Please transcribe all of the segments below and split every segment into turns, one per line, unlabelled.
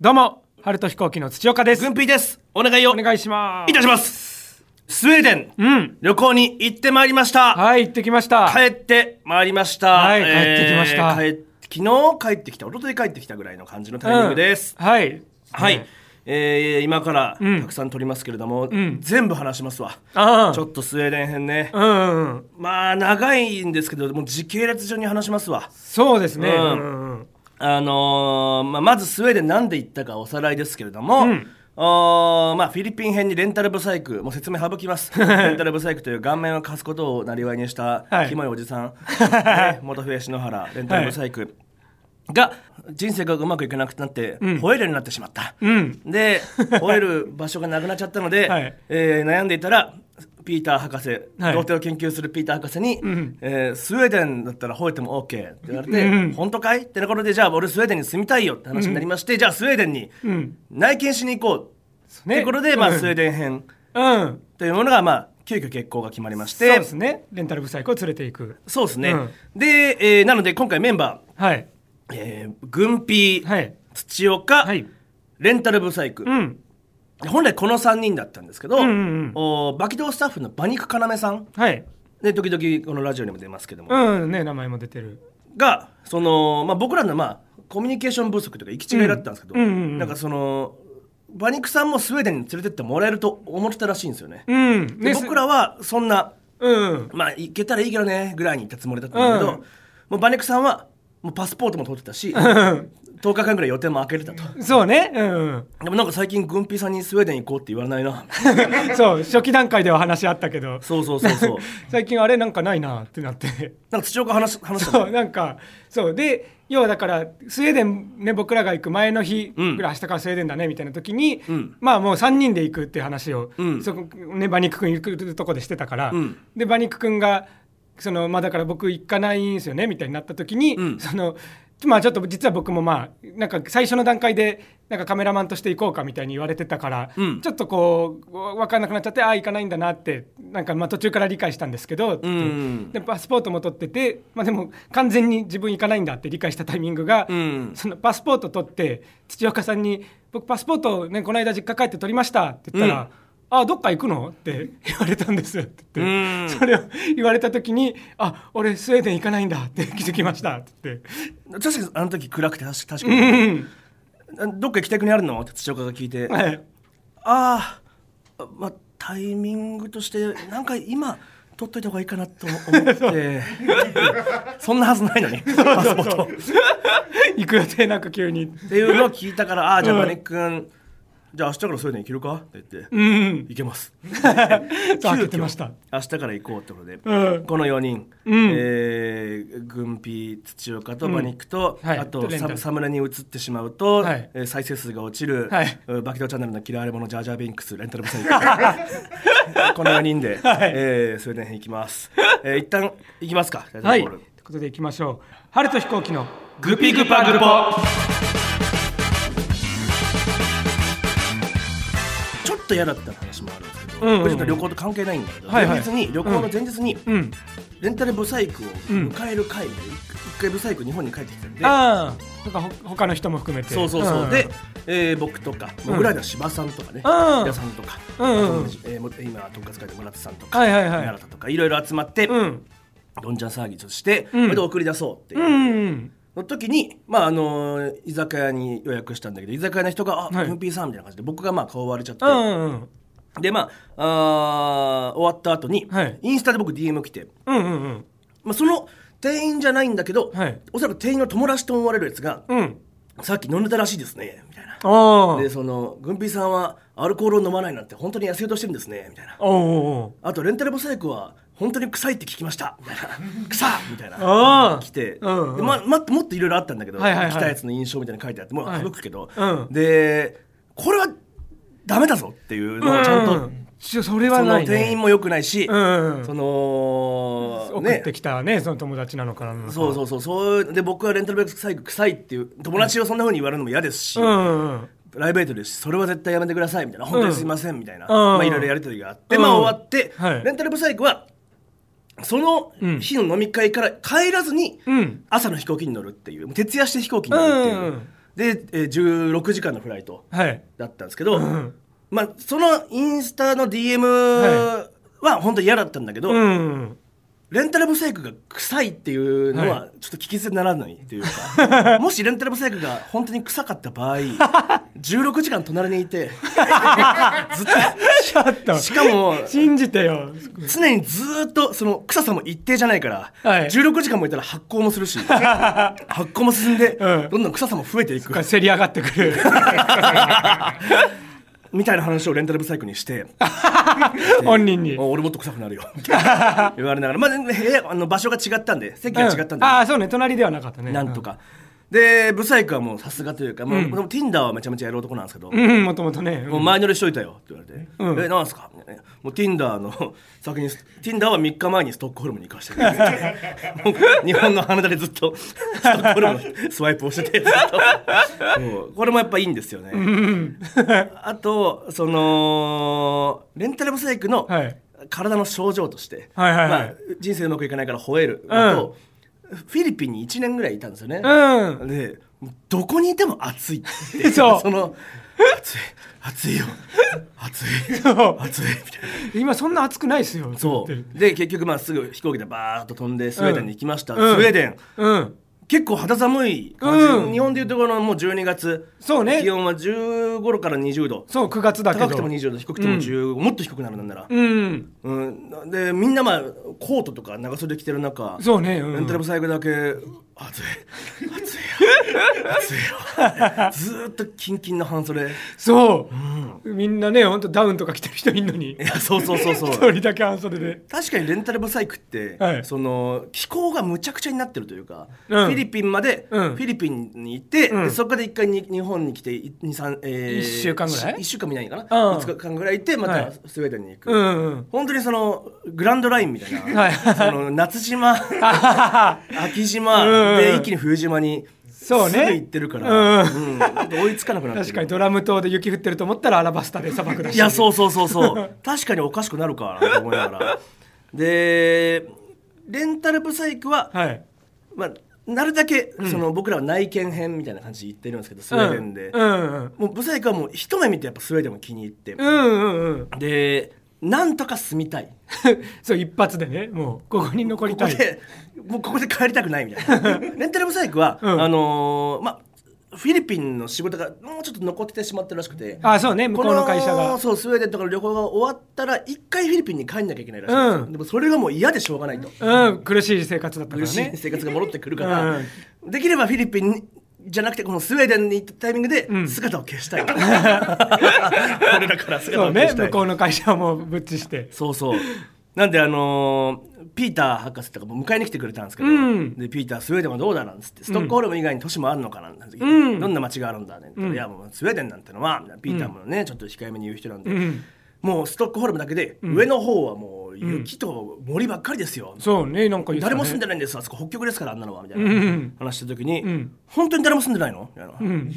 どうも、ハルト飛行機の土岡です。
軍ピーです。お願いを
お願いします。
いたします。スウェーデン、
うん。
旅行に行ってまいりました。
はい、行ってきました。
帰ってまいりました。
はい帰ってきました
帰っ昨日帰ってきた、おととい帰ってきたぐらいの感じのタイミングです。
うんはい。
はい。えー今から
ん
たくさん撮りますけれども、
ん
全部話しますわ。
ああ。
ちょっとスウェーデン編ね。
うんうんうん。
まあ長いんですけど、もう時系列順に話しますわ。
そうですね。う
うん
う
ん
んうん。
あのーまあ、まずスウェーデンなんで行ったかおさらいですけれども、
うん
あーまあ、フィリピン編にレンタルブサイクもう説明省きますレンタルブサイクという顔面を貸すことをなりわいにした
はい
キモいお じさん、ね、元笛篠原レンタルブサイクが人生がうまくいかなくなって、吠えるようになってしまった、
うん。
で吠える場所がなくなっちゃったの で、
はい
えー悩んでいたらピーター博士、
はい
童貞を研究するピーター博士に、えースウェーデンだったら吠えても OK って言われて、
うん
本当かいってところでじゃあ俺スウェーデンに住みたいよって話になりまして、じゃあスウェーデンに
うん
内見しに行こう、
ね
ってことで、まあ
うん
スウェーデン編
うん。
というものが、まあ、急遽決行が決まりまし
そう
て
ですね。レンタルブサイクを連れていく。
そうですね、
うん
で、えーなので今回メンバ
はい。
ー、えー、軍ピー、
はい。
土岡、
はい。
レンタルブサイク、
うん。
本来この3人だったんですけど、
うんうんうん
おバキドースタッフの馬肉要さん
はい。
で時々このラジオにも出ますけども、
うん。ね、名前も出てる。
がその、まあ、僕らの、まあ、コミュニケーション不足というか行き違いだったんですけど、
うんうんうんうん
なんかその馬肉さんもスウェーデンに連れてってもらえると思ってたらしいんですよね。
うん。ね
で僕。らはそんな、
うん。
まあ、行けたらいいけどねぐらいに行ったつもりだったんだけど、
うん
もう馬肉さんはもうパスポートも取ってたし
ん
10日間ぐらい予定も空けてたと。
そうね。うん。
でもなんか最近軍ピさんにスウェーデン行こうって言われないな
そう、初期段階では話し合ったけど。
そうそうそうそう
最近あれなんかないなってなって。
なんか土岡話し話したね
そうなんかそうで要はだからスウェーデンね僕らが行く前の日
うん
ぐらい明日からスウェーデンだねみたいな時に、
うん
まあもう3人で行くっていう話を、
うん
そこね馬肉くん行くとこでしてたから、
うん
で馬肉くんがそのまあだから僕行かないんですよねみたいになった時に、
うん
そのまあちょっと実は僕もまあなんか最初の段階でなんかカメラマンとして行こうかみたいに言われてたから、
うん
ちょっとこうわ分かんなくなっちゃってああ行かないんだなってなんかまあ途中から理解したんですけど、
うん
でパスポートも取ってて、まあ、でも完全に自分行かないんだって理解したタイミングが、
うん
そのパスポート取って土岡さんに「僕パスポート、ね、この間実家帰って取りました」って言ったら「
うん
あどっか行くの?」って言われたんですって言って
うん
それを言われた時に「あ俺スウェーデン行かないんだ」って気づきましたって言って
確かにあの時暗くて確か確か
う
に、
ん
どっか行きたくにあるのって土岡が聞いて、あ
はい
あーまあタイミングとしてなんか今取っといた方がいいかなと思って そんなはずないのにパスポート
行く予定なく急に。
っていうのを聞いたからああじゃあ
うん
マネ君じゃあ明日からスウェーデン行けるかって言って、
うん、
行けます
そう開けてました。
明日から行こうってことで、
うん
この4人、
うん
えー軍備土岡と馬肉と、
うんはい
あ
と
と
レンタル
ササムネに移ってしまうと、
はい
えー再生数が落ちる、
はい
えーバキドチャンネルの嫌われ者ジャージャービンクスレンタルブサイ クこの4人で、
はい
えー、スウェーデン編行きます、えー、一旦行きますか
は
レ
い。
ンタ
と
ル
いう
ボール
ことで行きましょう。春と飛行機の
グピグパグポちょっと嫌だった話もあるんですけど、
うんうんうん
これちょっと旅行と関係ないんだけど、
はいはい
前日に旅行の前日に、
うん。
レンタルブサイクを
うん
迎える会で、一一回ブサイク日本に帰ってきたんで
ああとかほ他の人も含めて
そうそうそう、
ん
で、えー僕とか
ん
僕らでは柴さんとかね
うん
皆、さんとか、
うんうんうん
あとえーも今とんかつ会で村田さんとか、
はいはいは
奈
い
良田とかいろいろ集まって、
うん
どんちゃん騒ぎとして、
うん
それで送り出そうっていう
う。ん
の時に、まああのー居酒屋に予約したんだけど居酒屋の人が「あ
は
っ
い
ムピーさん」みたいな感じで僕がまあ顔割れちゃって、
うんうん
でまああー終わった後に、
はい
インスタで僕 DM 来て、
うんうんうん
まあ、その店員じゃないんだけど、
はい
おそらく店員の友達と思われるやつが
うんうん
「さっき飲んでたらしいですね」みたいな。
あ
でその「軍備さんはアルコールを飲まないなんて本当に痩せようとしてるんですね」みたいな
あおうおう
「あとレンタルブサイクは本当に臭いって聞きました」みたいな 「臭っ!」みたいな
あー
来て、
うんうん
でままもっといろいろあったんだけど、
はいはいはい
来たやつの印象みたいなの書いてあってもう
はい
省くけど、
うん
でこれはダメだぞっていうの
おう
はちゃんと、
うちょそれは
その
ない
店員
ね
も良くないし、
うんうん
その
送ってきたねその友達なのからなのか
そうそうそうそうで僕はレンタルブサイク臭いっていう友達をそんな風に言われるのも嫌ですし、
うんうんうん
プライベートですしそれは絶対やめてくださいみたいな本当にすいませんみたいな、
ん
まあ、いろいろやり取りがあって、まあ
うん
終わって、
はい
レンタルブサイクはその日の飲み会から帰らずに
うん
朝の飛行機に乗るっていうもう徹夜して飛行機に乗るっていう、
うん
で、えー16時間のフライト
はい
だったんですけど、
うん
まあ、そのインスタの DM
は
は本当に嫌だったんだけど、
うん
レンタルブサイクが臭いっていうの
は
はちょっと聞き捨てならないという かもしレンタルブサイクが本当に臭かった場合16時間隣にいてずっ
ちょっと
としかも
信じてよ
常にずーっとその臭さも一定じゃないから、
はい
16時間もいたら発酵もする し発酵も進んで、
うん
どんどん臭さも増えていく
せり上がってく る
みたいな話をレンタルブサイクにして
本人に
あ俺もっと臭くなるよみた いな言われながら、まあね、部屋あの場所が違ったんで席が違ったんで、
うんああそうね隣ではなかったね
なんとか。で、ブサイクはもうさすがというか、もう
うん
でも Tinder はめちゃめちゃやる男なんですけど、
うんもともとね
もう前乗りしといたよって言われて、
うん
え、なんすかみたいなもう Tinder の先に、Tinder は3日前にストックホルムに行かしてくれても う日本の花田でずっとストックホルムのスワイプをしてて、ずっと。もうこれもやっぱいいんですよね。
うんうん
あと、その、レンタルブサイクの
はい
体の症状として、
はいはいはい
まあ、人生うまくいかないから吠えるのと、フィリピンに1年ぐらいいたんですよね。
うん
で、どこにいても暑いっ て
そう
その、暑い、暑いよ、暑い、
そう
暑い、みたいな。
今そんな暑くないっすよ
そう。で、結局まあすぐ飛行機でバーッと飛んでスウェーデンに行きました。
うん
スウェーデン。
うん
結構肌寒い感じ、
うん
日本でいうところのもう12月
そうね
気温は15度から20度
そう9月だけど
高くても20度低くても15、もっと低くなるなんなら、
うん
うん、でみんなまあコートとか長袖着てる中
そうねうん
レンタルブサイクだけ暑い暑いよ暑いよずーっとキンキンの半袖い
そうみんなね本当ダウンとか着てる人いんのに
やそうそうそうそ
一
う
人だけ半袖で
確かにレンタルブサイクって、
はい
その気候がむちゃくちゃになってるというか、
うん
フィリピンまで、
うん
フィリピンに行って、
うん
でそこで一回に日本に来てい二三えー
一週間ぐらい
一週間見ないかな、
うん
5日間ぐらい行ってま
はい
たスウェーデンに行く、
うんうん
本当にそのグランドラインみたいな、
はい
その夏島秋島、
うんうん
で一気に冬島にすぐ
そうね
行ってるから、
うん
うんなんか追いつかなくなってる
確かにドラム島で雪降ってると思ったらアラバスタで砂漠だし
いやそうそうそうそう確かにおかしくなるかなと思いながらでレンタルブサイクは、
はい
まあ、なるだけ、その僕らは内見編みたいな感じで言ってるんですけどスウェーデンで、
うんうん
もうブサイクはもう一目見てやっぱスウェーデンを気に入って、
うんうんうん
でなんとか住みたい
そう一発でねもうここに残り
こ
た
こ
い
で、もうここで帰りたくないみたい な。レンタルブサイクは、
うん
あのーまあ、フィリピンの仕事がもうちょっと残ってしまったらしくて。
あそうね向こうの会社
こ
が
のそう、スウェーデンとかの旅行が終わったら、一回フィリピンに帰んなきゃいけないらしいんですよ、
うん
でもそれがもう嫌でしょうがないと。
うん苦しい生活だったか
苦
ら
しい
ね
生活が戻ってくるから、できればフィリピンにじゃなくてこのスウェーデンに行ったタイミングで
ん
姿を消したい、俺らから姿
そ
を
う
消
ね
したい、
向こうの会社もぶっちして
そうそう。なんであのーピーター博士とかも迎えに来てくれたんですけど、
うん
でピータースウェーデンはどうだなんつってストックホルム以外に都市もあるのかななんて、
うん
どんな街があるんだね、
うん
いやもうスウェーデンなんてのはみたいなピーターもね、ちょっと控えめに言う人なんで、
うん
もうストックホルムだけで、上の方はもう雪と森ばっかりですよ、
そうねなんか言ってたね
誰も住んでないんですあそこ北極ですからあんなのはみたいな、
うん
話した時に、
ん
本当に誰も住んでないのみたいな、
うん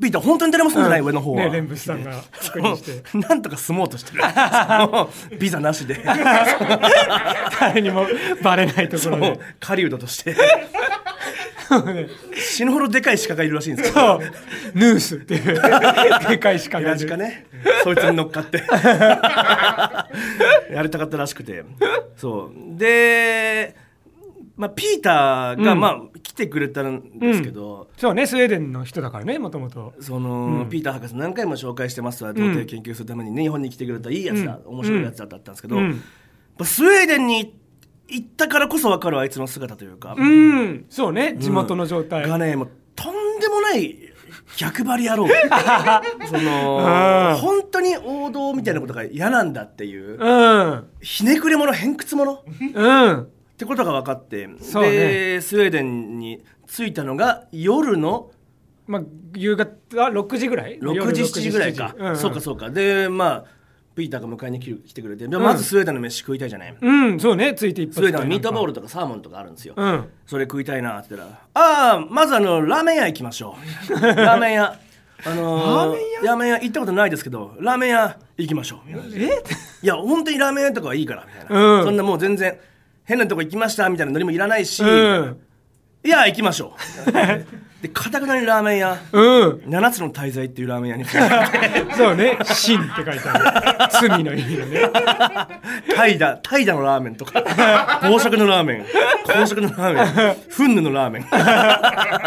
ピーター本当に誰も住んでない、上の方は、
ねレンブスさんが確認して
そうなんとか住もうと してるそのビザなしで
誰にもバレないところ
もう
で
狩人として
そうね
死ぬほどでかい鹿がいるらしいんですよ
そうヌースっていう でかいしか
ヘラ
な
ジカ
い
ねそいつに乗っかってやりたかったらしくてそうで、まあ、ピーターが、
うん
まあ、来てくれたんですけど、
そうねスウェーデンの人だからねもともと
その、ピーター博士何回も紹介してますわ童貞を研究するためにね、日本に来てくれたいいやつだ、
うん
面白いやつだったんですけど、
うん
やっぱスウェーデンに行ったからこそ分かるあいつの姿というか、
うんそうね地元の状態
がねもうとんでもない逆張り 野郎そ
うん
の本当に王道みたいなことが嫌なんだっていう
うん
ひねくれ者偏屈者っ
うん
てことが分かって、
そうね
でスウェーデンに着いたのが夜の
まあ夕方あ6時ぐらい
6時7時ぐらいか、そうかそうかでまあピーターが迎えに来る来てくれてでまずスウェーデンの飯食いたいじゃない、
うんうんそうねついて一発
スウェーデンはミートボー
ル
ルとかサーモンとかあるんですよ、
うん
それ食いたいなって言ったら「ああまずあのラーメン屋行きましょう」 ラーメン屋あのー、ラーメン屋行ったことないですけどラーメン屋行きましょう
え
いや本当にラーメン屋とかはいいからみたいな、
うん
そんなもう全然変なとこ行きましたみたいなノリもいらないし、
うん
いや行きましょう でかたくなにラーメン屋
うん
7つの滞在っていうラーメン屋にタ
そうね「真」って書いてある罪の意味のね
イだタイだのラーメンとか暴食のラーメン公食のラーメンフンヌのラーメン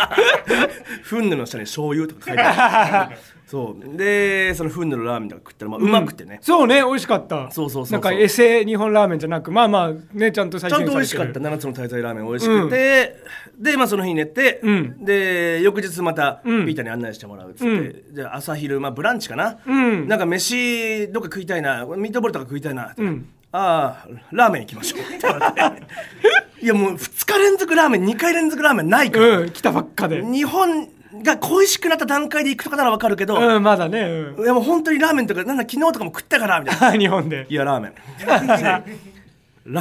フンヌの下に醤油とか書いてあるそうでそのフンヌのラーメンとか食ったら、まあ、うまくてね、
そうね美味しかった
そうそうそうそう
なんかエセ日本ラーメンじゃなくまあまあねちゃんと再
ちゃ
現され
んと
て
美
る
味しかった7つの滞在ラーメン美味しくて、で、まあ、その日寝て、
うん
で翌日またピ
うん
ーターに案内してもらうっつって、で朝昼、まあ、ブランチかな、
うん
なんか飯どっか食いたいなミートボールとか食いたいな、
うん
ああラーメン行きましょうって言われていやもう2日 連続ラーメン2回連続ラーメンないから、
うん来たばっかでう
日本が恋しくなった段階で行くとかなら分かるけど、
んまだねうん
いやもう本当にラーメンとかなんだ昨日とかも食ったか らみたいな
日本で
いやラーメン ラ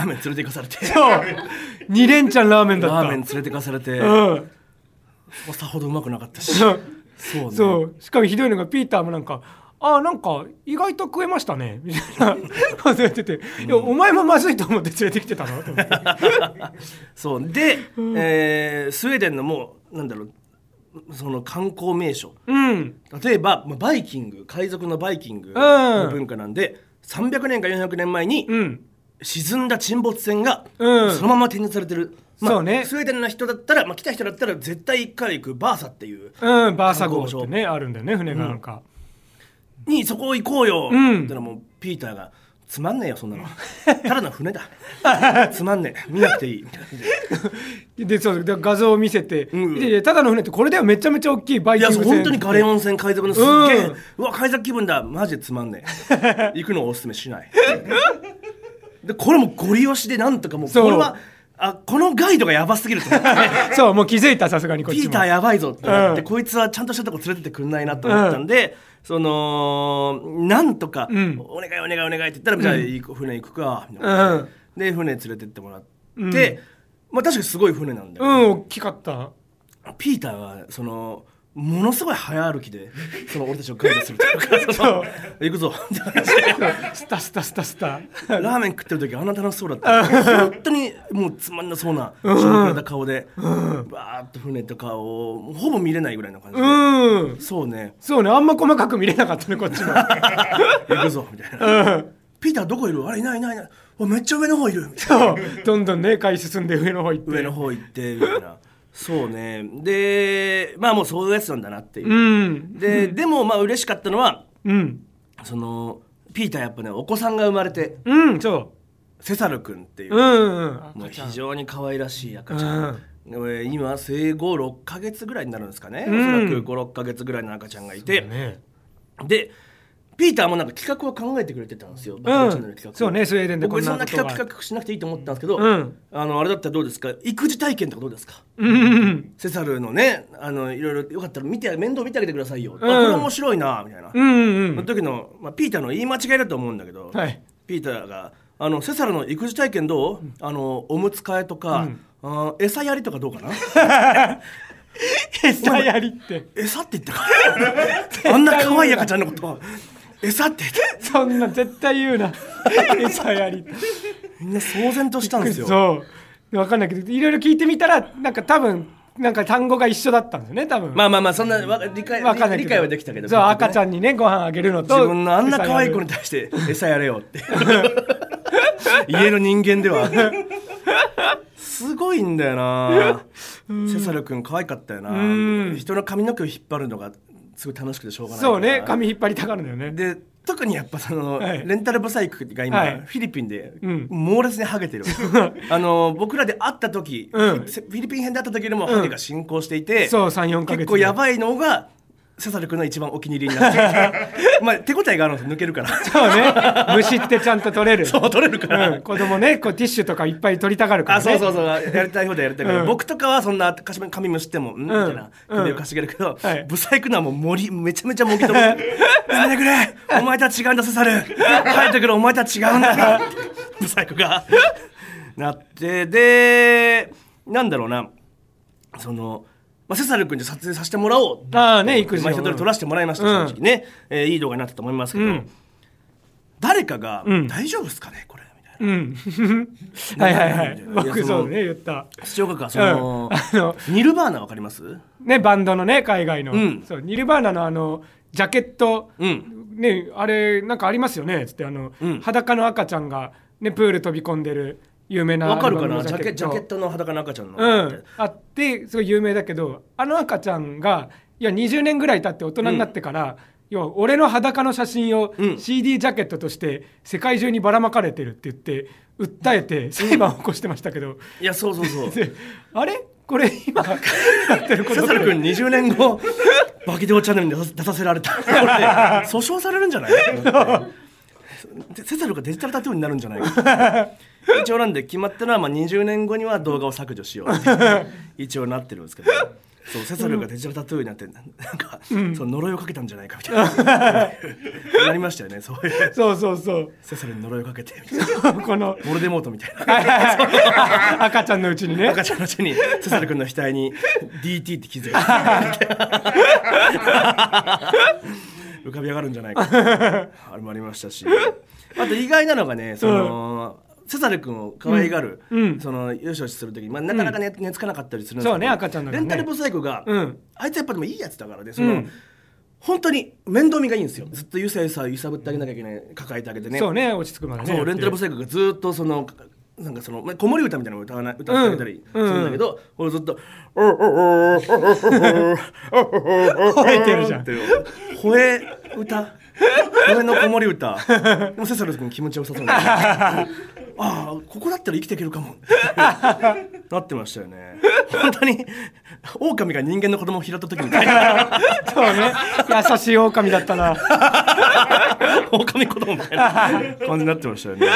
ーメン連れて行かされて
そう2連チャンラーメンだった
ラーメン連れてかされて、
うん
さほどうまくなかったし。
そう
そうね。
そうしかもひどいのがピーターもなんか「ああなんか意外と食えましたね」みたいなこと言ってて「いやお前もまずいと思って連れてきてたの?」と思って
そうで、えースウェーデンのもう、なんだろう、その観光名所。
うん
例えば、まあバイキング、海賊のバイキングの文化なんで、300年か400年前に
うん
沈んだ沈没船が、
うん
そのまま展示されてる。まあ
そうね
スウェーデンの人だったら、まあ、来た人だったら絶対一回行くバーサっていう、
うんバーサ号ってねあるんだよね船がなんか、
にそこ行こうよ、
うん
ってのもピーターが「つまんねえよそんなのただの船だつまんねえ見なくていい」みたいな感じで
でそうで画像を見せて、
うん
いやいやただの船ってこれではめちゃめちゃ大きいバイ
い
キング
や、そう
船
本当にガレ温泉海賊のすっげえ、
う
うんわ、海賊気分だ。マジでつまんねえ。行くのをおすすめしない。で、これもゴリ押しでなんとかもう、
そう
これは、あ、このガイドがやばすぎると 思って。
そうもう気づいたさすがにこっち
ピ
も
ーターやばいぞってなって、
うん
こいつはちゃんとしたとこ連れてってくんないなと思ったんで、その、なんとか、
うん
お願いお願いお願いって言ったら、じゃあ行く船行くか、みたいな
うん
で、船連れてってもらって、まあ確かにすごい船なんだよ。
うん大きかった
ピーターがそのものすごい早歩きでその俺たちをガイドするというか その行くぞみたいな話 で
スタスタスタスタ
ラーメン食ってる時あんな楽しそうだった本当にもうつまんなそうなしょぼくれた顔でバーッと船とかをほぼ見れないぐらいの感じで、
うん
そうね
そうねあんま細かく見れなかったねこっちも
行くぞみたいな、
うん
ピーターどこいるあれいないいないいないおめっちゃ上の方いるみたいな
そうどんどんね回進んで上の方行って
上の方行ってみたいなそうねでまあもうそういうやつなんだなっていう
う、ん
ででもまあ嬉しかったのは
うん
そのピーターやっぱねお子さんが生まれて
うんそ
セサル君っていうう、
うんうん
もう
赤ちゃん
非常に可愛らしい赤ちゃん、えー今生後6ヶ月ぐらいになるんですかね、
うん
おそらく56ヶ月ぐらいの赤ちゃんがいて、
ね
でピーターもなんか企画を考えてくれてたんですよ、バカチャンネルの企画を
そうねスウェーデンでこ
僕
ん
そ
なん
な
こと
企
が
画企画しなくていいと思ったんですけど、
うん
あのあれだったらどうですか育児体験とかどうですか
うん
セサルのねあのいろいろよかったら見て面倒見てあげてくださいよ、あこ
うん
れ面白いなみたいな、
うんうんう
その
ん
時の、まあ、ピーターの言い間違いだと思うんだけど、
はい
ピーターが「あのセサルの育児体験どうあのおむつ替えとか、あー餌やりとかどうかな
餌やりって
餌って言っ たからあんな可愛い赤ちゃんのこと餌って言って
そんな絶対言う な餌やりって
みんな騒然としたんですよ
そう分かんないけどいろいろ聞いてみたらなんか多分なんか単語が一緒だったんですよね多分
まあまあまあそんなわ理解
わかんないけ
理
ど
解はできたけど
そう、赤ちゃ
ん
んにねご飯あげるのと
自分のあんな可愛い子に 対して餌やれよって家の人間ではすごいんだよなセサル君可愛かったよ
う
なん人の髪の毛を引っ張るのがすごい楽しくてしょうがないから
そうね髪引っ張りたがるんだよね
で特にやっぱその、
はい
レンタルブサイクが今、
はい
フィリピンで、
うん
猛烈にハゲてる あの僕らで会った時、
うん
フィリピン編で会った時よりもハゲが進行していて、
そう34ヶ月
結構やばいのがセサル君の一番お気に入りにな っててまあ手応えがあるんです抜けるから
そう ね虫ってちゃんと取れる
そう取れるから、
うん、子供ねこうティッシュとかいっぱい取りたがるから、
あ
ね、
そうそうそうやりたい方でやりたいけど、
うん
僕とかはそんなかし髪むしってもんみたいな首をかしげるけど、
はい
ブサイクなはもう森めちゃめちゃもぎともやめてくれお前とは違うんだセサル帰ってくるお前とは違うんだブサイクがなってでなんだろうなその、まあ、セサル君で撮影させてもらおうって
ああね育児
まあ、一通り撮らせてもらいました、
うん
正直ね、えーいい動画になったと思いますけど、
うん
誰かが、
うん
大丈夫ですかねこれみたいな。
うん。はいはいはいい
や。
僕
その
そうね、言った。
土岡かそ
うん
の,、
あの
ニルバーナわかります
ね、バンドのね、海外の。
うん
そう、ニルバーナのあの、ジャケット、
うん
ね、あれ、なんかありますよね、つって、あの、
うん
裸の赤ちゃんが、ね、プール飛び込んでる、有名な。
わかるか
あ
な
の
ジャケジャケットの裸の赤ちゃんの、
うん、あってすごい有名だけどあの赤ちゃんがいや20年ぐらい経って大人になってから、要は俺の裸の写真を
うん
CD ジャケットとして世界中にばらまかれてるって言って訴えて裁判を起こしてましたけど、
いやそうそうそう
であれこれ今やってるこ
笹
と
野君20年 後バキデオチャンネルに出さ出させられたこれ訴訟されるんじゃないセサルがデジタルタトゥーになるんじゃないか 一応なんで決まったのはまあ20年後には動画を削除しようっていう一応なってるんですけどそうセサルがデジタルタトゥーになってなんか、その呪いをかけたんじゃないかみたい ななりましたよねそういう
そうそうそう
セサルに呪いをかけてみたいな
こ の
ボルデモートみたいな
赤ちゃんのうちにね
赤ちゃんのうちにセサル君の額に DT って傷が 浮かび上がるんじゃないかあれもありましたしあと意外なのがねその、セサル君を可愛がる、
うんうん
そのよしよしする時に、まあ、なかなか寝,、寝つかなかったりするんですけど
そうね赤ちゃんだか
レ
らね
ンタルブサイクが、
うん
あいつやっぱでもいいやつだからねその、
うん
本当に面倒見がいいんですよずっとゆさゆさ揺さぶってあげなきゃいけない抱えてあげてね
そうね落ち着くまでね
そうレンタルブ
ス
サイクがずっとそのなんかそのまあ子守歌みたいなのを歌わな歌ってあげたりするんだけど、俺ずっと「おおおおおおおおおおおおおおおおお吠え歌吠えの子守歌でもセサル君気持ちよさそうな ああここだったら生きていけるかもなってましたよね本当に狼が人間の子供を拾った時みたいな
そうね優しい狼だった な
狼子供みたいな感じになってましたよね。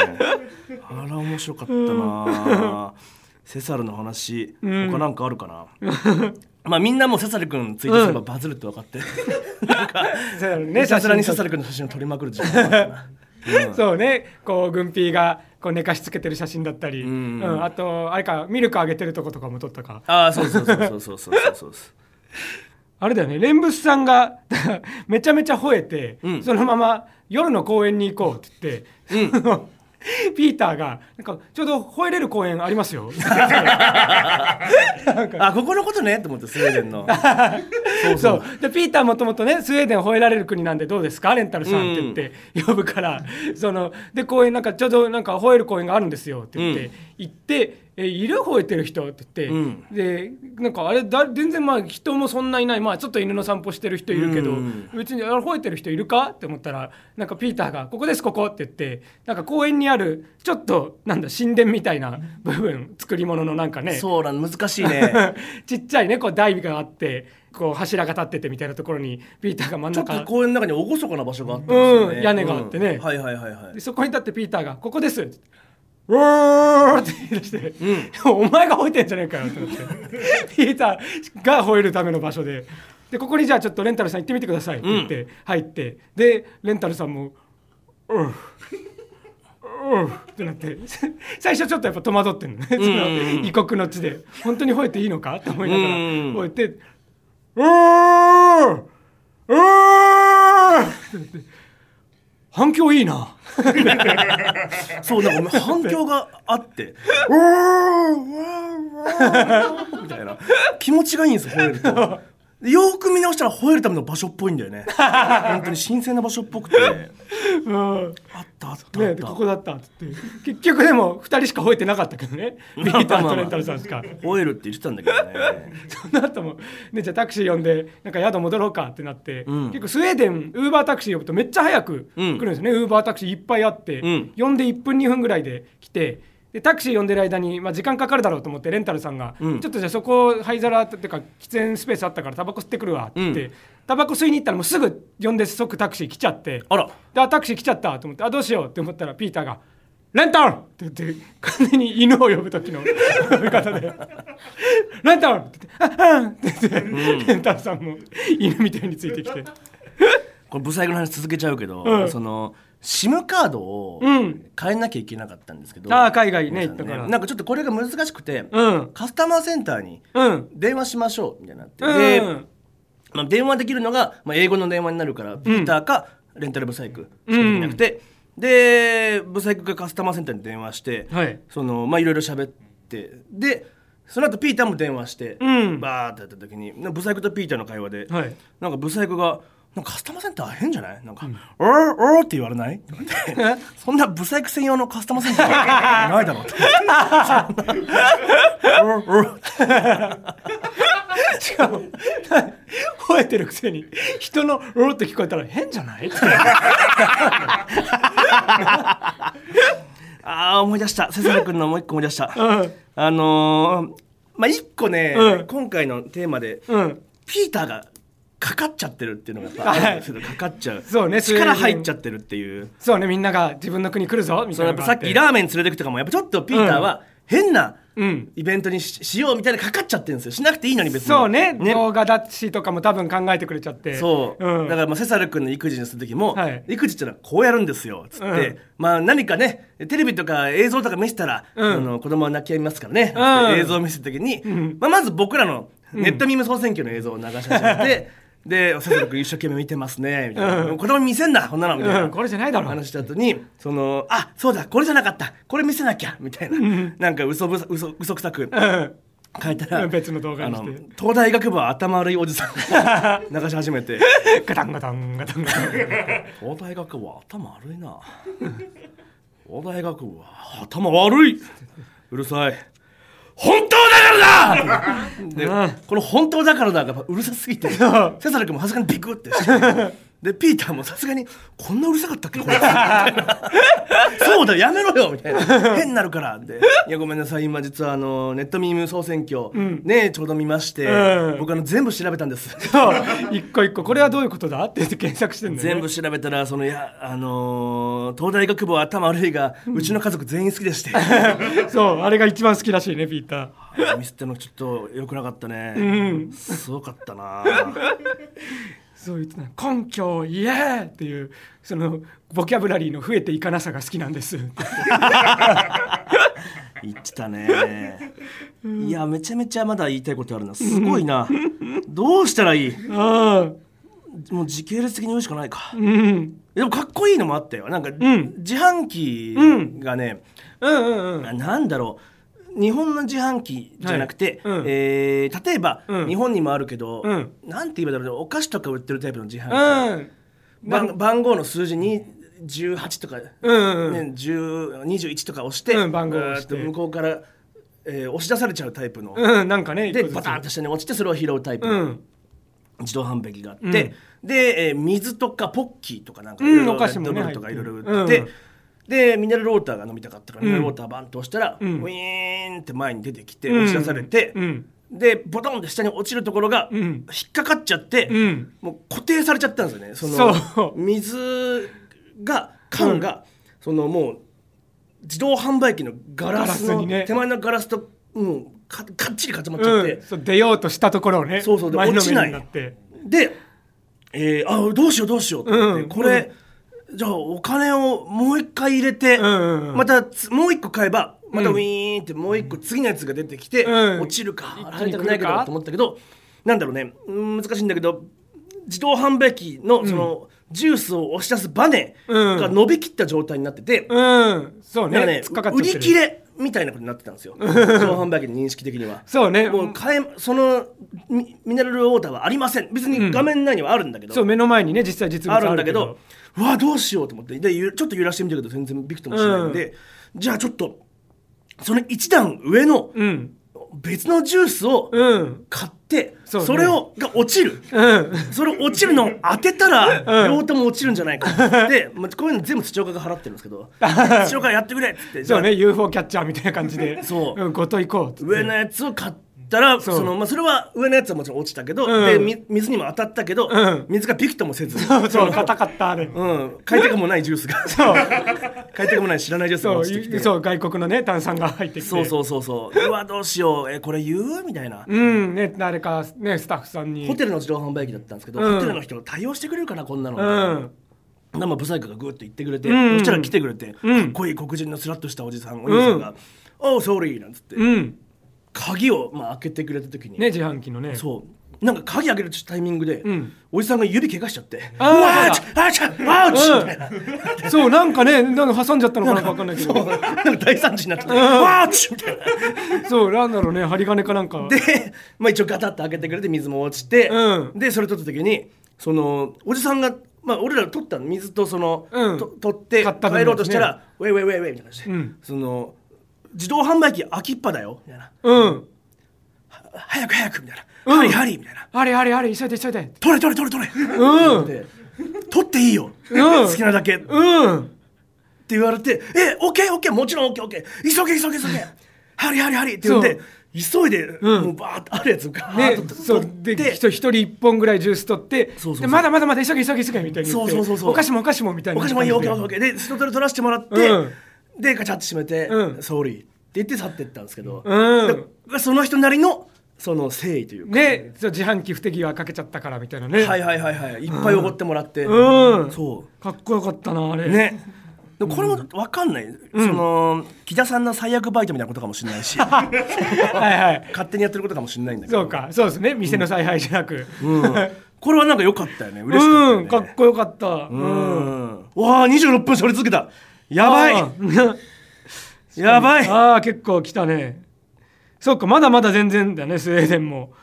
あら面白かったな。セサルの話、他なんかあるかな。まあみんなもうセサル君ツイートすればバズるって分かって、
ね
さすがに
写真撮
セサ
っ
ル君の写真を撮りまくる時間があったな。
そうねこう軍ピーがこう寝かしつけてる写真だったり、
ん
うんあとあれかミルクあげてるとことかも撮ったか
ああそうそうそうそうそうそうそうそう。
あれだよね蓮仏さんが めちゃめちゃ吠えて、
ん
そのまま夜の公園に行こうって言って、ピーターがなんかちょうど吠えれる公園あります よ
あここのことねと思ってスウェーデンの。そうそ
そうう。でピーターもともとねスウェーデン吠えられる国なんでどうですかレンタルさんって言って呼ぶから、そので公園なんかちょうどなんか吠える公園があるんですよって言って、
うん
行って。えいる吠えてる人って言って、でなんかあれだ全然まあ人もそんないないまあちょっと犬の散歩してる人いるけど、
うん
別にあれ吠えてる人いるかって思ったらなんかピーターが「ここですここ」って言ってなんか公園にあるちょっとなんだ神殿みたいな部分作り物のなんかね
そうなん難しいね。
ちっちゃいねこう台があってこう柱が立っててみたいなところにピーターが真ん
ちょっと
中
公園の中に厳かな場所があったんですよね。
うん屋根があってね
うんはいはいはいはい
で。そこに立ってピーターが「ここです」って「うーって言い出して、お前が吠えてんじゃねえかよ」って思って ピーターが吠えるための場所ででここにじゃあちょっとレンタルさん行ってみてくださいって言って、入ってでレンタルさんも「うん」うんってなって せ最初ちょっとやっぱ戸惑ってんのね、その異国の地で本当に吠えていいのかと思いながら
うん
吠えて「うーんうーん!」反響いいな。
そうなんか反響が あって「うわーうわーうわーみたいな気持ちがいいんですよ吠えると。でよーく見直したら吠えるための場所っぽいんだよね本当に神聖な場所っぽくて
うん
あったあったあ
ね
っ
で
た、
ここだったって言って結局でも2人しか吠えてなかったけどねビーターとレンタルさんしか
吠えるって言ってたんだけどね
その後も、ね、じゃあタクシー呼んでなんか宿戻ろうかってなって、
ん
結構スウェーデンウーバータクシー呼ぶとめっちゃ早く来るんですねウーバータクシーいっぱいあって、
うん
呼んで1分2分ぐらいで来てでタクシー呼んでる間に、まあ、時間かかるだろうと思ってレンタルさんが、
うん
ちょっとじゃあそこ灰皿っていうか喫煙スペースあったからタバコ吸ってくるわって言って、
うん
タバコ吸いに行ったらもうすぐ呼んで即タクシー来ちゃって。
あら
であタクシー来ちゃったと思ってあどうしようって思ったらピーターが「レンタル!」って言って完全に犬を呼ぶ時の呼び方で 「レンタル!」って言って「あうん!」って言ってレンタルさんも犬みたいについてきて
これブサイクの話続けちゃうけど、
うん
その SIM カードを
うん
変えなきゃいけなかったんですけど、
あー海外ね行
皆さん
ったから
なんかちょっとこれが難しくて、
うん
カスタマーセンターに
うん
電話しましょうみたいになって、で
うん
まあ、電話できるのが、まあ、英語の電話になるから、ピーターかレンタルブサイクしかできなくて、でブサイクがカスタマーセンターに電話して、
はい
そのまあいろいろ喋ってでその後ピーターも電話して、
うん
バーってやった時になんかブサイクとピーターの会話で、
はい
なんかブサイクが「なんかカスタマーセンター変じゃない?」なんか「おーおー」って言われないとか言 ってそんなブサイク専用のカスタマーセンターないだろうって「おーおー」
しかも吠えてるくせに人の「ロー」って聞こえたら変じゃないって
ああ思い出した瀬く君のもう一個思い出した、
うん
あのー、まあ一個ね、
うん
今回のテーマで、
うん
ピーターがかかっちゃってるっていうのがやっぱあるんですけどかかっちゃう
そうね
力入っちゃってるっていう
そうねみんなが自分の国来るぞみ
そ
たい
の
な
や
の
っぱ
が
さ
あ
ってきラーメン連れてくとかもやっぱちょっとピーターは変な
うん
イベントにししようみたいなかかっちゃってるんですよしなくていいのに別に
そうね動画だしとかも多分考えてくれちゃって
そう、
うん、
だからまあセサル君の育児にする時も、
はい
育児ってのはこうやるんですよつって、
うん
まあ何かねテレビとか映像とか見せたら、
うん
あの子供は泣きやみますからね、
うん
つって映像を見せた時に、まあ、まず僕らのネットミーム総選挙の映像を流し始めて、 でセサル君一生懸命見てますねみたいな、子供に見せんなこんなのみたいな、
うんこれじゃないだろ
話した後にそのあそうだこれじゃなかったこれ見せなきゃみたいな、なんか嘘ぶさ嘘嘘くさく
うん
書いたら
別の動画にして
あの東大医学部は頭悪いおじさんが 流し始めて
ガタンガタンガタンガタン
東大医学部は頭悪いな東大医学部は 頭悪いうるさい本当だからだで
う
この本当だからだがやっぱうるさすぎてセ
う
サル君もさすがにビクってしてでピーターもさすがにこんなうるさかったっけこいつみたいなそうだよやめろよみたいな変になるからでいやごめんなさい今実はあのネットミーム総選挙、ねちょうど見まして、
うん
僕あの全部調べたんです
そう一個一個これはどういうことだって言って検索してんだよ、ね、
全部調べたらそのいやあのー東大学部は頭悪いが、うちの家族全員好きでして
そうあれが一番好きらしいねピータ
ミスってのちょっと良くなかったね、
ん
すごかったな
ーそう言ってた根拠イエーっていうそのボキャブラリーの増えていかなさが好きなんです
言ってたねいやめちゃめちゃまだ言いたいことあるなすごいなどうしたらいい
ああ
もう時系列的に言うしかないか
うん
でもかっこいいのもあったよなんか、
ん
自販機がね、
うんうんうん
ななんだろう日本の自販機じゃなくて、
はいうん
えー例えば、
うん
日本にもあるけど、
うん
なんて言えばいいんだろうお菓子とか売ってるタイプの自販機、
うん
番番号の数字に18とか、
うんうん
ね、10 21とか押して、
うん番号を押して
うーっと向こうから、えー押し出されちゃうタイプの、
うんなんかね
で
一個ずつ
バタンと下に落ちてそれを拾うタイプ
う
の、
ん
自動販売機があって、で、えー水とかポッキーとかなんか
うん
いろいろ
お菓子もね
レッドブルとかいろいろ売って、
入っててる
でミネラルウォーターが飲みたかったか
う
ら、
ん
ミネラルウォーターバンと押したら、
ん
ウィーンって前に出てきて
うん
押し出されて、
うん
でボトンって下に落ちるところが
うん
引っかかっちゃって、
うん
もう固定されちゃったんですよねその
そう
水が缶が、そのもう自動販売機のガラス
ガラス
の
にね
手前のガラスともうかかっちり固まっちゃって。
うん、そう出ようとしたところをね
そうそうで
前の
落ちな
め
い
になって
で、えーあどうしようどうしようと思って、
うん
これ、じゃあお金をもう一回入れて、
うんうんうん
またつもう一個買えばまた
う
ウ
ん
ィーンってもう一個次のやつが出てきて、
うん
落ちるか
一気
払い
に来るか
たくないけどと思ったけどなんだろうねうん難しいんだけど自動販売機のその、ジュースを押し出すバネ
うん
が伸びきった状態になってて、
うんそう
だ
ね
からね
突っかかっちゃ
売
ってる
り切れみたいなことになってた んですよ自動販売機の認識的には。
そうね
もう買えそのミミネラルウォーターはありません別に画面内にはあるんだけど、
そう目の前にね実際実物
あるんだけどうわどうしようと思ってでゆちょっと揺らしてみたけど全然びくともしないんで、じゃあちょっとその一段上の
うん
別のジュースを
うん
買って、
そうね
それをが落ちる
うん
それ落ちるのを当てたら、
うん
両方とも落ちるんじゃないか って、まあ、こういうの全部土岡が払ってるんですけど土岡やってくれっつってじ
そ
ゃあ
うね UFO キャッチャーみたいな感じで
そう
うん、ごと行こうっつって
上のやつを買ったら
そ
そうの、まあ、それは上のやつはもちろん落ちたけど、
うん
でみ水にも当たったけど、
うん
水がピクともせず
そうそう
の
硬かったあれ
うん、買いたくもないジュースが
そう
買いたくもない知らないジュースが
そう
落ちてきて
いそう外国のね炭酸が入ってきて
そうそうそうそううわどうしようえこれ言うみたいな、
うんね誰かねスタッフさんに
ホテルの自動販売機だったんですけど、
うん
ホテルの人対応してくれるかなこんなの、
うん
生ブサイクがグッと言ってくれて、
うん
そしたら来てくれて、
うん
かっこいい黒人のスラッとしたおじさんお兄さんが「おうソーリー」なんつって、
うん
鍵を、まあ、開けてくれた時に、
ね自販機のね
そうなんか鍵開けるタイミングで、
ん
おじさんが指怪我しちゃって「
あー
うわーちあーちゃあーち」みたいな
そうなんかねなんか挟んじゃったのかなんか分かんないけど
なんか大惨事になっちゃって「わーち」みたいな。
そうなんだろうね針金かなんか
で、まあ、一応ガタッと開けてくれて水も落ちて、
うん
でそれ取った時にそのおじさんが、まあ、俺ら取ったの水とその、
うん
と取って
買った分
帰ろうとしたら
で
「ウェイウェイウェイウェイ」みたいな感じで、
うん
その自動販売機空きっぱだよみたいな
うん
「早く早く」みたいな「
ん
ハリハリ」みたいな
あれあれあれ急いで急いで
「取れ取れ取れ取れ」
うん
で取っていいよ、
うん
好きなだけ」って
うん
言われて「えオッケーオッケーもちろんオッケーオッケー急げ急げ急げ」ハリハリハリって言って急いで、
ん
もうバーッとあるやつをガー
ね
ッと、
そ
取
う
っ
で
て、
人一人一本ぐらいジュース取って
そうそうそう
でまだまだまだ急げ急げ急げみたいに言って
そうそうそうそう
お菓子もお菓子もみたい
お
な
菓子もいいよ、オッケーオッケーオッケー。で、ストトル取らせてもらって、
うん
で、ガチャッと閉めて、
うん
ソーリーって言って去ってったんですけど、
うん
でその人なりの、その誠意というか、
ねそう自販機不手際かけちゃったからみたいなね
はいはいはいはい、いっぱいおごってもらって、
うん
そ
かっこよかったなあれ
う。ね。でもこれも分かんない、その木田さんの最悪バイトみたいなことかもしれない し
は
勝
いはい
手にやってることかもしれないんだけど
そうかそうですね店の采配じゃなく
うんこれはなんか良かったよね嬉しかったよ
う
ね
んかっこよかったうん
うんうわあ26分処理続けたやばい
あー
やばい
あー結構来たねそうかまだまだ全然だねスウェーデンも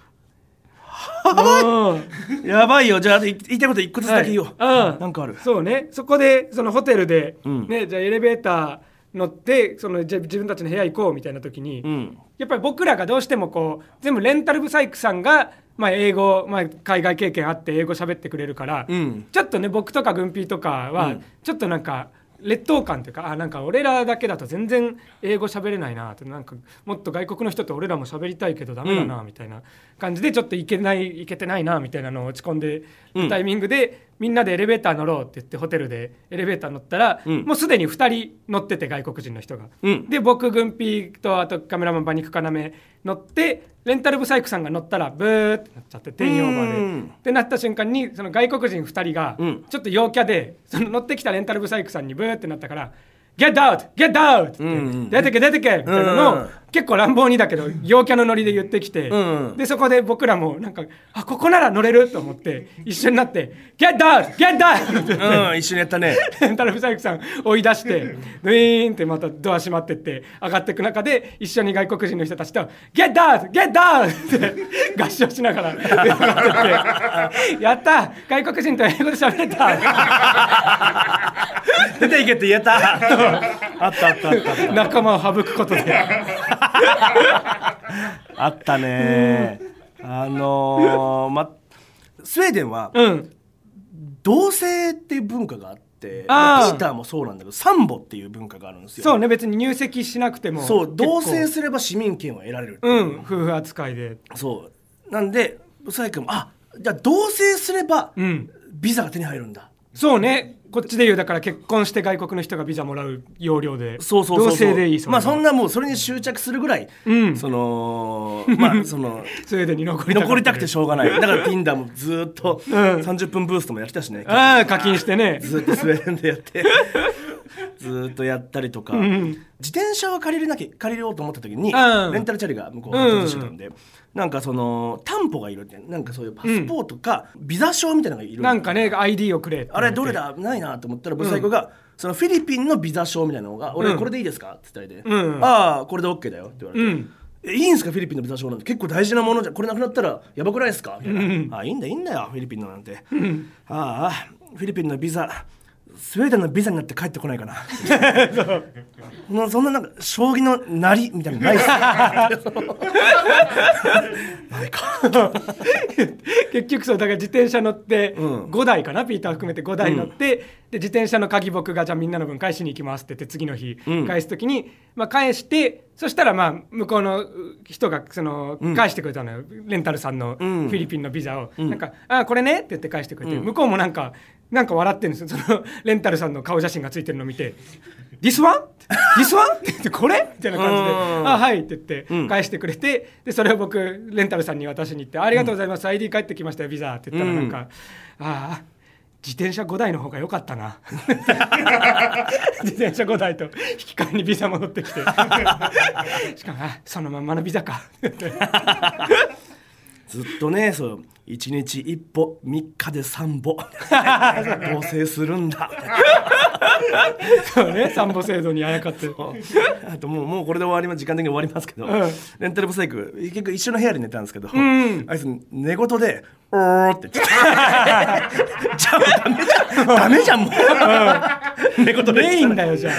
うん
やばいよじゃああとい言いたいこと一個ずつだけ言おう、
はいうん
なんかある
そうねそこでそのホテルで、
うん
ね、じゃあエレベーター乗ってそのじゃ自分たちの部屋行こうみたいな時に、
うん
やっぱり僕らがどうしてもこう全部レンタルブサイクさんが、まあ、英語、まあ、海外経験あって英語喋ってくれるから、
うん
ちょっとね僕とか軍ピーとかは、
うん
ちょっとなんか劣等感というかあなんか俺らだけだと全然英語喋れないなとなんかもっと外国の人と俺らも喋りたいけどダメだなみたいな感じでちょっといけないいけてないなみたいなのを落ち込んで
うん
タイミングでみんなでエレベーター乗ろうって言ってホテルでエレベーター乗ったら、
うん
もうすでに2人乗ってて外国人の人が。
うん
で僕軍ピーとあとカメラマンバニクカナメ乗ってレンタルブサイクさんが乗ったらブーってなっちゃって定員オーバ
う
ー
ん
でってなった瞬間にその外国人2人が
うん
ちょっと陽キャでその乗ってきたレンタルブサイクさんにブーってなったから「Get out! Get out!」って
うんうん
出てけ出てけ!」みたいな
うん
の
う
を
ん
結構乱暴にだけど陽キャのノリで言ってきて
うんうん
でそこで僕らもなんか「あここなら乗れる!」と思って一緒になって「Get out! Get out!」って
うん一緒にやった ね
レ ンタルブサイクさん追い出 してドゥイーンってまたドア閉まってって上がっていく中で一緒に外国人の人たちと「ゲッダーゲッダー!」 って合唱しながら上がって って「やった外国人と英語で喋れた!
出ていけって言えた あったあったあった」
仲間を省くことで
あったねあのー、まスウェーデンは
うん
同性っていう文化があって
あー
ピーターもそうなんだけどサンボっていう文化があるんですよ
そうね別に入籍しなくても
そう同棲
性
すれば市民権は得られるっていうう、
ん夫婦扱いで
そうなんでブサイクもあじゃあ同棲すれば
うん
ビザが手に入るんだ
そうねこっちで言うだから結婚して外国の人がビザもらう要領で
そうそうそうそう
同性でいい
まあそん
な
なもうそれに執着するぐらい、
うん
そ のまあその
スウェーデンに残りたかった
残りたくてしょうがないだから Tinder もずーっと
ん
30分ブーストもやってたしね、
ああ課金してね
ずーっとスウェーデンでやって ずーっとやったりとか、自転車は借りれなきゃ借りようと思った時に、
うん
レンタルチャリが向こう発達してたんで、なんかその担保がいるってなんかそういうパスポートか、ビザ証みたいなのがいる
なんかね ID をくれって
あれどれだないなと思ったらブサイクが、そのフィリピンのビザ証みたいなのが「俺
うん
これでいいですか?」って言ったりで「
うん
ああこれで OK だよ」って言われて。
うん
えいいんすかフィリピンのビザ証なんて結構大事なものじゃこれなくなったらやばくないですかみたいな、ああいいんだいいんだよフィリピンのなんて、ああフィリピンのビザスウェーデンのビザになって帰ってこな いかなもうそんななんか将棋のなりみたいなのないっすか
結局そうだから自転車乗って
うん
5台かな、ピーター含めて5台乗って、で自転車の鍵僕がじゃあみんなの分返しに行きますって言って次の日
うん
返す時に、まあ、返してそしたらまあ向こうのう人がその
ん
返してくれたのよ、レンタルさんのフ
ん
ィリピンのビザを、
ん
なんか「あーこれね」って言って返してくれて、
うん
向こうもなんかなんか笑ってるんですよそのレンタルさんの顔写真がついてるのを見て「This one? This one?」って言って「これ?」みたいな感じで
う
「
ん
あはい」って言って
うん
返してくれて、でそれを僕レンタルさんに渡しに行って「ありがとうございます、ID 返ってきましたよビザ」って言ったらなんか「ああ自転車5台の方が良かったな」自転車5台と引き換えにビザ戻ってきてしかもあ「そのまんまのビザか」
ずっとねそう1日1歩3日で3歩 同棲するんだ
そうね散歩制度にあやかって
あともうもうこれで終わります時間的に終わりますけど、
うん
レンタルブサイク結局一緒の部屋で寝たんですけど、
ん
あいつ寝言で「おー」って言って じゃあダメじゃんダメじゃんもう、寝言で
メインだよじゃ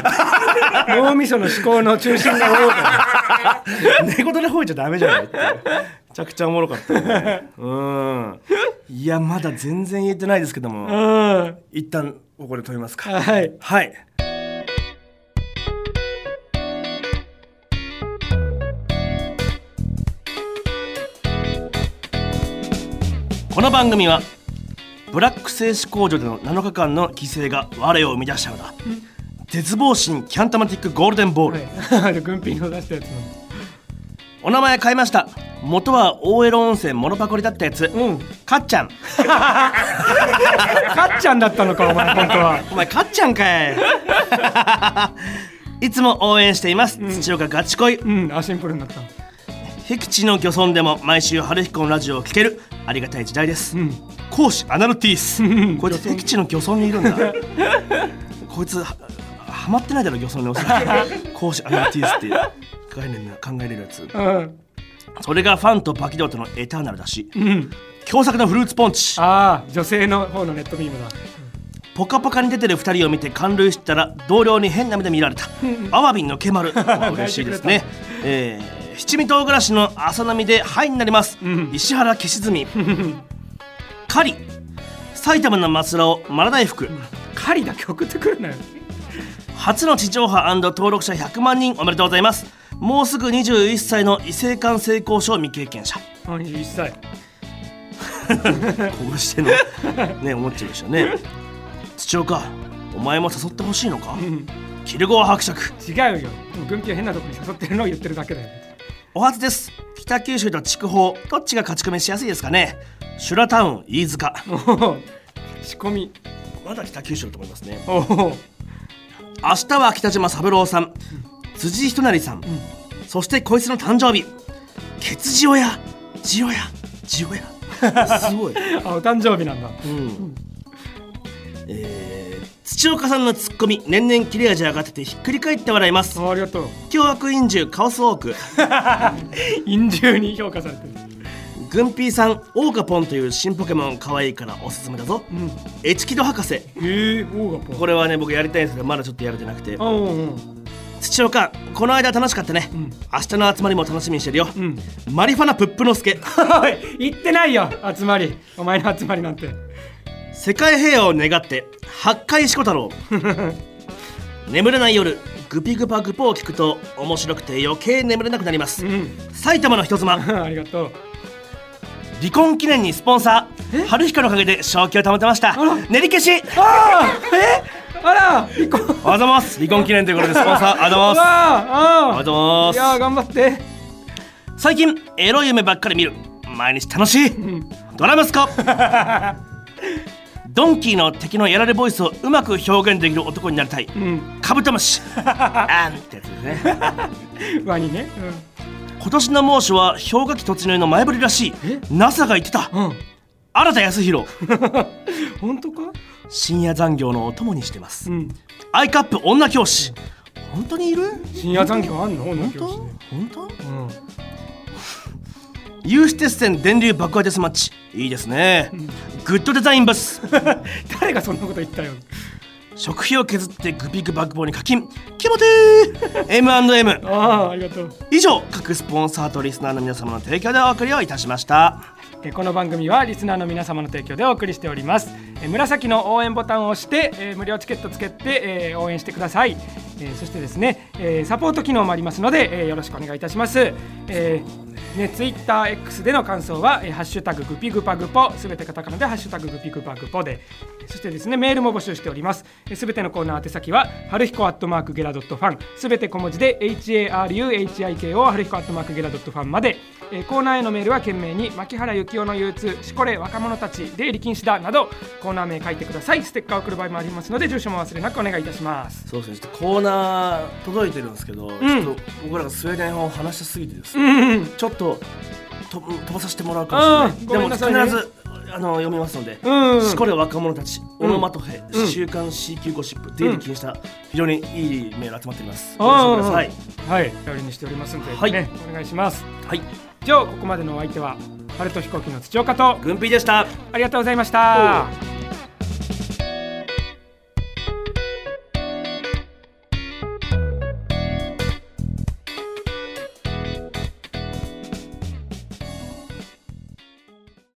あ脳みその思考の中心が多いか
寝言で吠えちゃダメじゃないってめちゃくちゃおもろかったよねうんいやまだ全然言えてないですけども、
らうん
一旦ここで止めますか
はい
はいこの番組はブラック製紙工場での7日間の規制が我を生み出したのだ絶望神キャンタマティックゴールデンボール、
はい 軍品の出したやつな
お名前変えました元は大江戸温泉モノパコリだったや
の
つ、
うん
かっちゃん
かっちゃんだったのかお前本当は
お前かっちゃんか いいつも応援しています、土岡ガチ恋
うんあシンプルになった
僻地の漁村でも毎週春彦のラジオを聴けるありがたい時代です、
うん
講師アナルティース
ん
こいつ僻地の漁村にいるん だこいつはハマってないだろ漁村にお そらく講師アナルティースっていう概念が考えれるやつ
うん
それがファンとパキドートのエターナルだし
うん
共作のフルーツポンチ
ああ女性の方のネットビームだ
ポカポカに出てる2人を見て感涙してたら同僚に変な目で見られたアワビンのケ マル嬉しいですね、えー七味唐辛子の浅波で「はい」になります、
ん
石原消し積み 狩り埼玉の松浦をマラダイ服
狩りだけ送ってくるなよ
初の地上波登録者100万人おめでとうございますもうすぐ21歳の異性間性交渉未 経験者
41歳
こうしてのね思っちゃいまし たね土岡お前も誘ってほしいのか、
ん
キルゴア伯爵
違うよでも軍旗は変なとこに誘ってるのを言ってるだけだよ
お初です北九州と筑豊どっちが勝ち込みしやすいですかねシュラタウン飯塚
おお仕込み
まだ北九州だと思いますね
おお
明日は北島三郎さん辻仁成さん、そしてこいつの誕生日ケツジオやジオやジオやす ごい、
あお誕生日なんだ
うんえー土岡さんのツッコミ年々切れ味上がっててひっくり返って笑います
ああり がとう
凶悪陰獣カオスウォーク
陰獣に評価されてる
グンピーさんオーガポンという新ポケモン可愛いからおすすめだぞ、
うん
エチキド博士
へえオーガポ
これはね僕やりたいんですけどまだちょっとやれてなくて
あうんうん
土岡この間楽しかったね、
ん
明日の集まりも楽しみにしてるよ、
うん
マリファナプップの助
おい言ってないよ集まりお前の集まりなんて
世界平和を願って八海四股太 郎眠れない夜グピグパグポを聞くと面白くて余計眠れなくなります、
うん
埼玉の人妻
ありがとう
離婚記念にスポンサー春彦のおかげで正気を保てました
ら
練り消し
ああえあら一個
おはようございます離婚記念ということでスポンサーありがとうございます
あ
あ
あ
りがとうご
い
ざいま
やー頑張って
す最近エロい夢ばっかり見る毎日楽しい
うん
ドラムス コドンキーの敵のやられボイスをうまく表現できる男になりたい、
うん
カブトムシあんってやつですね
ワニね
今年の猛暑は氷河期突入の前振りらしい
え
NASA が言ってた
うん、うん、
新田康弘
本当か
深夜残業のお供にしてます、
うん
アイカップ女教師本当にいる
深夜残業あんの本
本当本当
うん
有刺鉄線電流爆破デスマッチいいですね、グッドデザインバス
誰がそんなこと言ったよ
食費を削ってグピグバッグ棒に課金気持ちいい M&M
ああありがとう
以上各スポンサーとリスナーの皆様の提供でお送りをいたしました
えーこの番組はリスナーの皆様の提供でお送りしておりますえー紫の応援ボタンを押して、えー無料チケットつけて、えー応援してください、えーそしてですね、えーサポート機能もありますので、えーよろしくお願いいたします、えーね、ツイッター X での感想は、えーハッシュタググピグパグポすべてカタカナでハッシュタググピグパグポでそしてですねメールも募集しておりますすべてのコーナー宛先は春彦アットマークゲラドットファンすべて小文字で HARUHIKO 春彦アットマークゲラドットファンまで、えーコーナーへのメールは懸命に牧原幸雄の憂鬱しこれ若者たち出入り禁止だなどコーナー名書いてくださいステッカーを送る場合もありますので住所も忘れなくお願いいたします
そうですねちょっとコーナー届いてるんですけど、ちょっと僕らがスウェーデン語を話しすぎてです
う
ね、
ん
ちょっとと飛ばさせてもらうかもし
うんご
れ
め
な
んな
いでも
さいね
必ずあの読みますので、
うん
これ若者たちオノマトペ、
うん
週刊 C 級ゴシップ出入り禁止した、非常にいいメール集まっていますご
あ
了承ください
ーはい頼りにしておりますので、ね
はい
お願いします
はい
以上ここまでのお相手はパルト飛行機の土岡と
軍備でした
ありがとうございました。